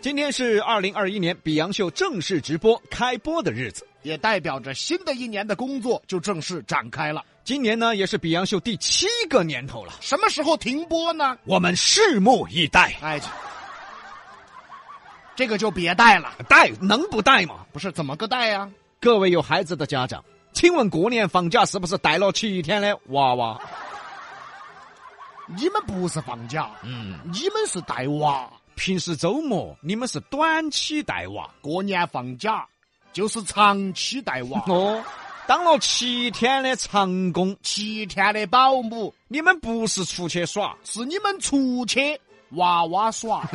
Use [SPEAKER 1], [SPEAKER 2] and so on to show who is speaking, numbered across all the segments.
[SPEAKER 1] 今天是二零二一年比洋秀正式直播开播的日子。
[SPEAKER 2] 也代表着新的一年的工作就正式展开了。
[SPEAKER 1] 今年呢，也是比洋秀第七个年头了，
[SPEAKER 2] 什么时候停播呢？
[SPEAKER 1] 我们拭目以待。
[SPEAKER 2] 哎，这个就别带了。
[SPEAKER 1] 带能不带吗？
[SPEAKER 2] 不是怎么个带啊呀、
[SPEAKER 1] 各位有孩子的家长，请问过年放假是不是带了七天的娃娃？
[SPEAKER 2] 你们不是放假，
[SPEAKER 1] 嗯，
[SPEAKER 2] 你们是带娃。
[SPEAKER 1] 平时周末你们是短期带娃
[SPEAKER 2] 过年放假就是长期带娃，
[SPEAKER 1] 哦，当了七天的长工，
[SPEAKER 2] 七天的保姆
[SPEAKER 1] 你们不是出去耍，
[SPEAKER 2] 是你们出去娃娃耍，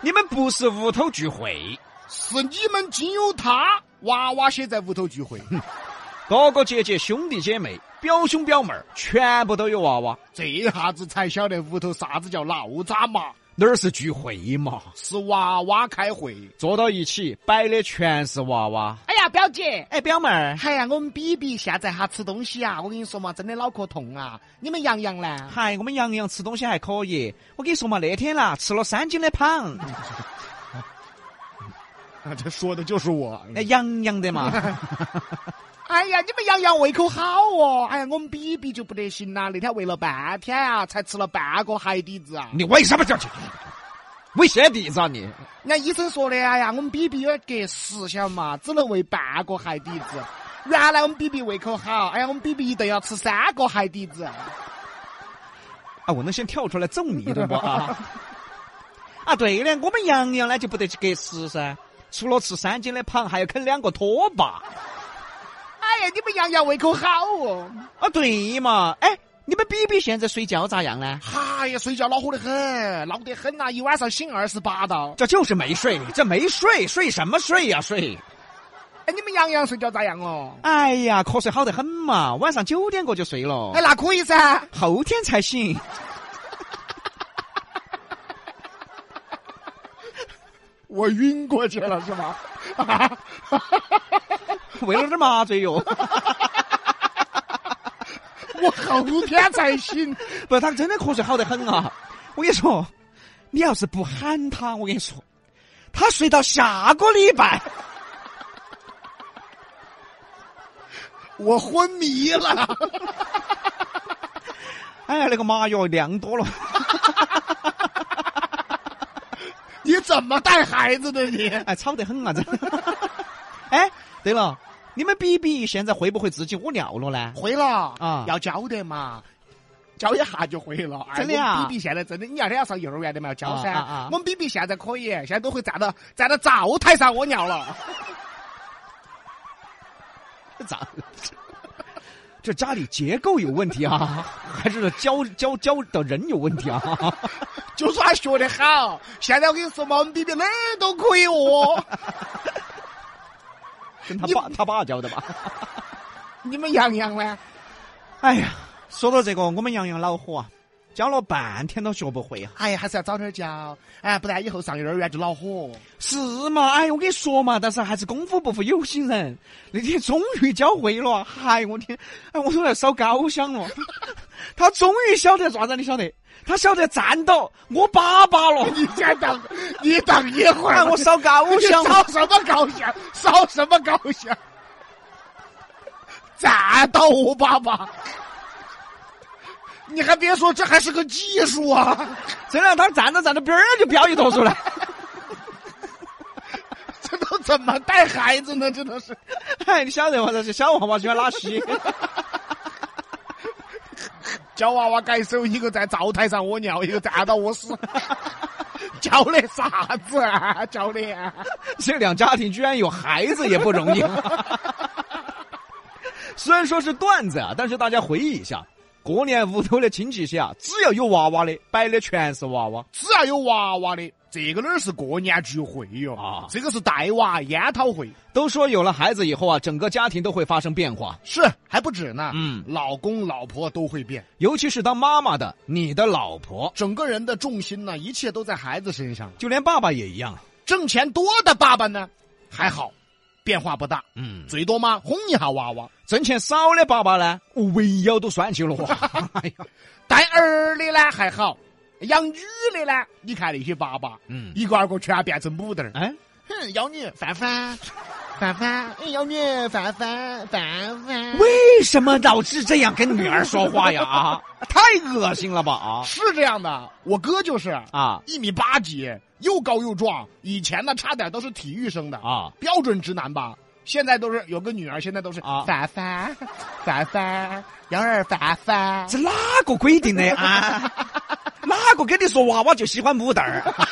[SPEAKER 1] 你们不是屋头聚会，
[SPEAKER 2] 是你们仅有他娃娃些在屋头聚会，
[SPEAKER 1] 哥哥姐姐、兄弟姐妹、表兄表妹儿，全部都有娃娃，
[SPEAKER 2] 这下子才晓得屋头啥子叫闹渣嘛，
[SPEAKER 1] 哪儿是聚会嘛？
[SPEAKER 2] 是娃娃开会。
[SPEAKER 1] 坐到一起摆的全是娃娃。
[SPEAKER 2] 哎呀，表姐，
[SPEAKER 1] 哎，表妹儿，
[SPEAKER 2] 哎呀，我们比比现在哈吃东西啊，我跟你说嘛，真的脑壳痛啊。你们洋洋呢？
[SPEAKER 1] 嗨，我们洋洋吃东西还可以。我跟你说嘛，那天啦吃了三斤的胖，
[SPEAKER 2] 这说的就是我。
[SPEAKER 1] 哎，洋洋的嘛。
[SPEAKER 2] 哎呀，你们洋洋胃口好哦。哎呀，我们比比就不得行啦、那天喂了半天啊，才吃了半个海底子啊。
[SPEAKER 1] 你为什么 叫去？喂鞋底子啊你？
[SPEAKER 2] 人家医生说的，哎呀，我们比比有点隔食，晓得嘛，只能喂半个海底子。原来我们比比胃口好，哎呀，我们比比一顿要吃三个海底子。哎
[SPEAKER 1] 啊，我能先跳出来揍你一顿不 啊？啊，对的，我们洋洋呢就不得去隔食噻，除了吃三斤的胖，还要啃两个拖把。
[SPEAKER 2] 哎呀，你们洋洋胃口好哦。
[SPEAKER 1] 啊，对嘛，哎，你们比比现在睡觉咋样呢？
[SPEAKER 2] 哎呀，睡觉恼火得很，恼得很呐、啊一晚上醒二十八道。
[SPEAKER 1] 这就是没睡，这没睡，睡什么睡呀、睡？
[SPEAKER 2] 哎，你们洋洋睡觉咋样哦？
[SPEAKER 1] 哎呀，瞌睡好得很嘛，晚上九点过就睡了
[SPEAKER 2] 哎，，那可以噻。
[SPEAKER 1] 后天才醒。
[SPEAKER 2] 我晕过去了是吗？
[SPEAKER 1] 喂了点麻醉药，
[SPEAKER 2] 我后天才醒。
[SPEAKER 1] 不，他真的瞌睡好得很啊！我跟你说，你要是不喊他，我跟你说，他睡到下个礼拜。
[SPEAKER 2] 我昏迷了。
[SPEAKER 1] 哎呀，那个麻药量多了，
[SPEAKER 2] 你怎么带孩子的你？
[SPEAKER 1] 哎，吵得很啊！这， 哎，对了，你们比比现在会不会自己屙尿了呢？
[SPEAKER 2] 会了
[SPEAKER 1] 啊
[SPEAKER 2] 要教的嘛。教一下就会了，哎
[SPEAKER 1] 真的啊
[SPEAKER 2] 我们比比现在真的，你要是要上幼儿园的嘛，要教噻。
[SPEAKER 1] 啊啊啊
[SPEAKER 2] 我们比比现在可以，现在都会站到站到灶台上屙尿了。
[SPEAKER 1] 咋？ 这家里结构有问题啊，还是教教教的人有问题啊？
[SPEAKER 2] 就说他学得好，现在我跟你说嘛，我们比比哪儿都可以 哦。
[SPEAKER 1] 跟他
[SPEAKER 2] 你
[SPEAKER 1] 爸他爸教的吧？
[SPEAKER 2] 你们洋洋呢？
[SPEAKER 1] 哎呀，说到这个，我们洋洋恼火啊，教了半天都学不会啊。
[SPEAKER 2] 哎呀，还是要早点教，哎，不然以后上幼儿园就恼火。
[SPEAKER 1] 是嘛？哎，我跟你说嘛，但是还是功夫不负有心人，那天终于教会了。啊嗨、我天！哎，我都要烧高香了。 他终于晓得啥子，你晓得？他晓得战斗，我爸爸了。
[SPEAKER 2] 你先等，你等一会
[SPEAKER 1] 哎，
[SPEAKER 2] 儿，
[SPEAKER 1] 我烧高
[SPEAKER 2] 你
[SPEAKER 1] 香了。
[SPEAKER 2] 烧什么高香？烧什么高香？战斗爸爸，你还别说，这还是个技术啊！
[SPEAKER 1] 真的，他站着站着，边儿就飙一坨出来。
[SPEAKER 2] 这都怎么带孩子呢？真的是，
[SPEAKER 1] 哎，你晓得嘛？这是小娃娃喜欢拉稀。
[SPEAKER 2] 教娃娃改手，一个在灶台上屙尿，一个站到卧 室，教的啥子啊？教的、啊。
[SPEAKER 1] 这两家庭居然有孩子也不容易。虽然说是段子啊，但是大家回忆一下，过年屋头的亲戚些啊，只要有娃娃的，摆的全是娃娃。
[SPEAKER 2] 只要有娃娃的，这个哪儿是过年聚会哟、
[SPEAKER 1] 啊
[SPEAKER 2] 这个是带娃研讨会，
[SPEAKER 1] 都说有了孩子以后啊，整个家庭都会发生变化，
[SPEAKER 2] 是还不止呢。
[SPEAKER 1] 嗯
[SPEAKER 2] 老公老婆都会变，
[SPEAKER 1] 尤其是当妈妈的，你的老婆，
[SPEAKER 2] 整个人的重心呢，一切都在孩子身上。
[SPEAKER 1] 就连爸爸也一样。
[SPEAKER 2] 挣钱多的爸爸呢，还好，变化不大，
[SPEAKER 1] 嗯，
[SPEAKER 2] 最多嘛哄一下娃娃。
[SPEAKER 1] 挣钱少 的爸爸呢，哦围腰都酸起了。哎呀，
[SPEAKER 2] 带儿的呢还好，养女的呢，你看那些爸爸，
[SPEAKER 1] 嗯，
[SPEAKER 2] 一个二个全变成母蛋儿。
[SPEAKER 1] 哎，
[SPEAKER 2] 哼，妖女凡凡，凡凡，哎妖女凡凡，凡凡。
[SPEAKER 1] 为什么老是这样跟女儿说话呀？啊，太恶心了吧啊
[SPEAKER 2] 是这样的，我哥就是
[SPEAKER 1] 啊
[SPEAKER 2] 一米八几，又高又壮。以前呢，差点都是体育生的，
[SPEAKER 1] 啊！
[SPEAKER 2] 标准直男吧。现在都是有个女儿，现在都是
[SPEAKER 1] 啊
[SPEAKER 2] 凡凡，凡凡，杨儿凡凡。
[SPEAKER 1] 这哪个规定 的啊？哪个跟你说娃娃就喜欢母蛋儿？啊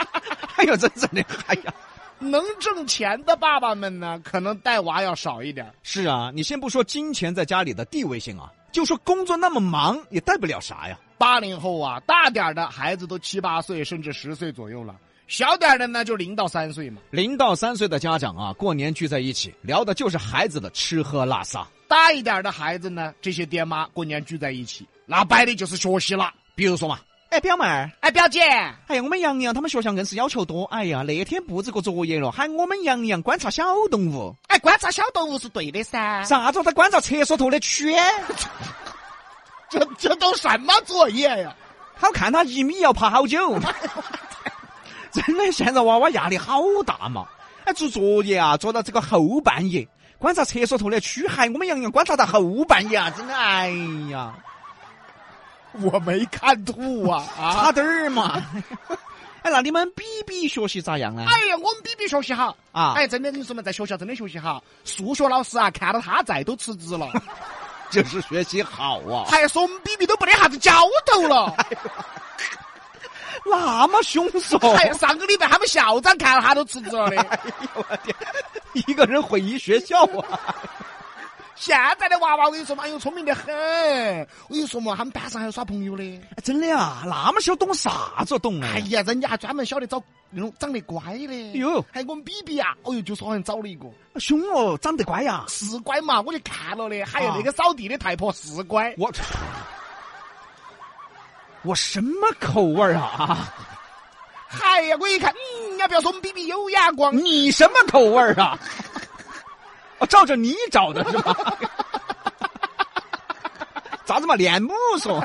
[SPEAKER 1] 哎呦，真正的，哎呀，
[SPEAKER 2] 能挣钱的爸爸们呢，可能带娃要少一点。
[SPEAKER 1] 是啊，你先不说金钱在家里的地位性啊，就说工作那么忙也带不了啥呀。
[SPEAKER 2] 八零后啊，大点儿的孩子都七八岁，甚至十岁左右了。小点儿的呢，就零到三岁嘛。
[SPEAKER 1] 零到三岁的家长啊，过年聚在一起聊的就是孩子的吃喝拉撒，
[SPEAKER 2] 大一点儿的孩子呢，这些爹妈过年聚在一起，那摆的就是学习了。
[SPEAKER 1] 比如说嘛，哎，表妹儿，
[SPEAKER 2] 哎，表姐，
[SPEAKER 1] 哎呀，我们洋洋他们学校硬是要求多，哎呀，那天布置个作业了，喊我们洋洋观察小动物，
[SPEAKER 2] 哎，观察小动物是对的噻
[SPEAKER 1] 啥子？他观察厕所头的蛆，
[SPEAKER 2] 这这都什么作业呀？
[SPEAKER 1] 好看他一米要爬好 久。真的，现在娃娃压力好大嘛！哎，做作业啊，做到这个后半夜，观察厕所头的蛆，还我们洋洋观察到后半夜啊，真的，哎呀，
[SPEAKER 2] 我没看吐啊啊！
[SPEAKER 1] 差点儿嘛！ 哎，那你们比比学习咋样呢？
[SPEAKER 2] 哎呀，我们比比学习好
[SPEAKER 1] 啊
[SPEAKER 2] 哎，真的，你说嘛，在学校真的学习好，数学老师啊，看到他在都辞职 了，
[SPEAKER 1] 就是学习好啊，
[SPEAKER 2] 还说我们比比都没得啥子交头了。
[SPEAKER 1] 哎那么凶手，
[SPEAKER 2] 哎，上个礼拜他们校长看了他都辞职 了的。
[SPEAKER 1] 我的天，一个人毁一学校 啊！
[SPEAKER 2] 现在的娃娃，我跟你说嘛，哎呦，聪明得很。我跟你说嘛，他们班上还有耍朋友的。
[SPEAKER 1] 真的啊，那么小懂啥子懂啊
[SPEAKER 2] 哎？呀，人家还专门晓得找那种长得乖的。
[SPEAKER 1] 哟
[SPEAKER 2] 还有我们比比啊，哦呦，就是好像找了一个
[SPEAKER 1] 凶哦，长得乖呀、
[SPEAKER 2] 是乖嘛，我就看了的。还有
[SPEAKER 1] 啊
[SPEAKER 2] 那个扫地的太婆是乖，
[SPEAKER 1] 我我什么口味儿啊？
[SPEAKER 2] 哎呀，我一看，嗯，你要不要说我们比比有眼光？
[SPEAKER 1] 你什么口味儿啊？ 我照着你找的是吧？ 咋子嘛，脸啊木说？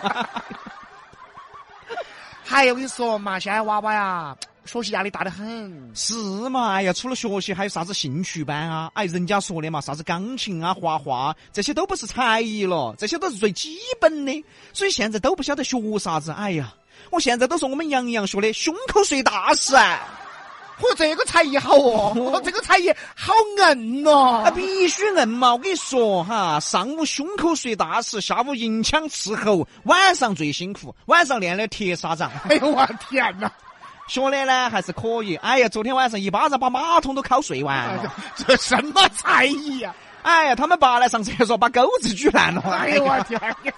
[SPEAKER 2] 哎呀，我跟你说嘛，现在娃娃呀，学习压力大得很。
[SPEAKER 1] 是嘛？哎呀，除了学习，还有啥子兴趣班啊？哎，人家说的嘛，啥子钢琴啊、画画啊，这些都不是才艺了，这些都是最基本的。所以现在都不晓得学啥子。哎呀，我现在都说我们洋洋学的胸口碎大石啊，
[SPEAKER 2] 嚯，这个才艺好 哦，
[SPEAKER 1] 哦
[SPEAKER 2] 这个才艺好硬哦。
[SPEAKER 1] 啊必须硬嘛！我跟你说哈，上午胸口碎大石，下午银枪刺喉，晚上最辛苦，晚上练的铁砂掌，
[SPEAKER 2] 哎呦，我的天哪！
[SPEAKER 1] 学的呢还是可以。哎呀，昨天晚上一巴掌把马桶都敲碎
[SPEAKER 2] 哎
[SPEAKER 1] 完了。
[SPEAKER 2] 这什么才艺呀、
[SPEAKER 1] 哎呀，他们爸来上厕所把钩子举烂了。
[SPEAKER 2] 哎呦我天 呀！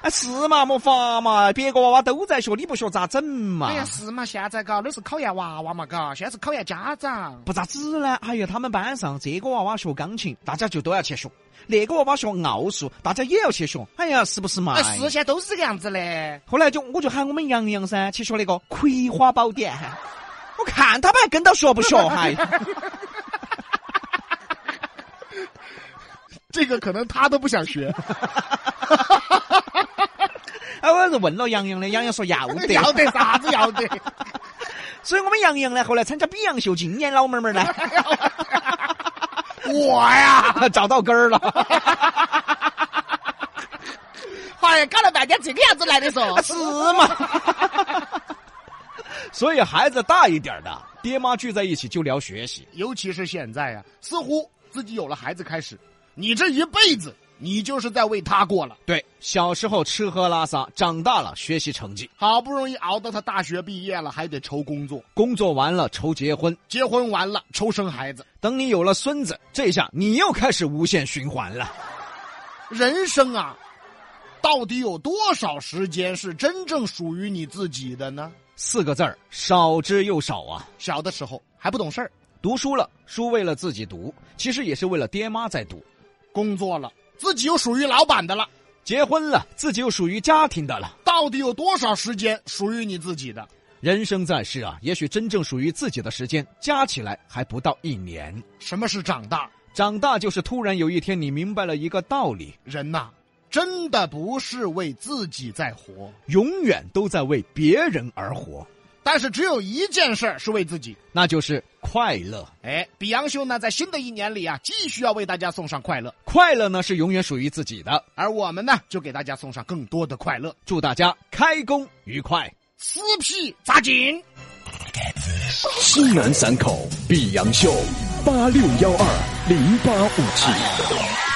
[SPEAKER 1] 啊，是嘛，没法嘛，别个娃娃都在学，你不学咋整嘛？
[SPEAKER 2] 哎呀，是嘛？现在嘎，那是考验娃娃嘛，嘎，现在是考验家长。
[SPEAKER 1] 不咋子呢？哎呀，他们班上这个娃娃学钢琴，大家就都要去学；那个娃娃学奥数，大家也要去学。哎呀，是不是嘛？
[SPEAKER 2] 哎，是现在都是这个样子的。
[SPEAKER 1] 后来就我就喊我们洋洋噻去学那个《葵花宝典》， 我看他们还跟到学不学？还、
[SPEAKER 2] 这个可能他都不想学，
[SPEAKER 1] 哎，我是问了洋洋的，洋洋说要 得。
[SPEAKER 2] 要得啥子要得？
[SPEAKER 1] 所以我们洋洋呢，后来参加比洋秀，今年老妹儿们儿呢
[SPEAKER 2] 我呀，
[SPEAKER 1] 找到根儿了。
[SPEAKER 2] 哎呀，搞了半天这个样子来的说，
[SPEAKER 1] 是嘛？ 所以孩子大一点的，爹妈聚在一起就聊学习。
[SPEAKER 2] 尤其是现在呀、似乎自己有了孩子开始，你这一辈子你就是在为他过了。
[SPEAKER 1] 对，小时候吃喝拉撒，长大了学习成绩，
[SPEAKER 2] 好不容易熬到他大学毕业了，还得愁工作；
[SPEAKER 1] 工作完了愁结婚，
[SPEAKER 2] 结婚完了愁生孩子。
[SPEAKER 1] 等你有了孙子，这下你又开始无限循环了。
[SPEAKER 2] 人生啊，到底有多少时间是真正属于你自己的呢？
[SPEAKER 1] 四个字儿，少之又少啊！
[SPEAKER 2] 小的时候还不懂事儿，
[SPEAKER 1] 读书了，书为了自己读，其实也是为了爹妈在读；
[SPEAKER 2] 工作了，自己又属于老板的了。
[SPEAKER 1] 结婚了，自己又属于家庭的了。
[SPEAKER 2] 到底有多少时间属于你自己的？
[SPEAKER 1] 人生在世啊，也许真正属于自己的时间加起来还不到一年。
[SPEAKER 2] 什么是长大？
[SPEAKER 1] 长大就是突然有一天，你明白了一个道理：
[SPEAKER 2] 人呐、真的不是为自己在活，
[SPEAKER 1] 永远都在为别人而活，
[SPEAKER 2] 但是只有一件事儿是为自己。
[SPEAKER 1] 那就是快乐。
[SPEAKER 2] 哎，比洋秀呢，在新的一年里啊，继续要为大家送上快乐，
[SPEAKER 1] 快乐呢是永远属于自己的。
[SPEAKER 2] 而我们呢，就给大家送上更多的快乐。
[SPEAKER 1] 祝大家开工愉快！
[SPEAKER 2] 撕屁砸紧。
[SPEAKER 3] 西南散口碧阳秀八六幺二零八五七。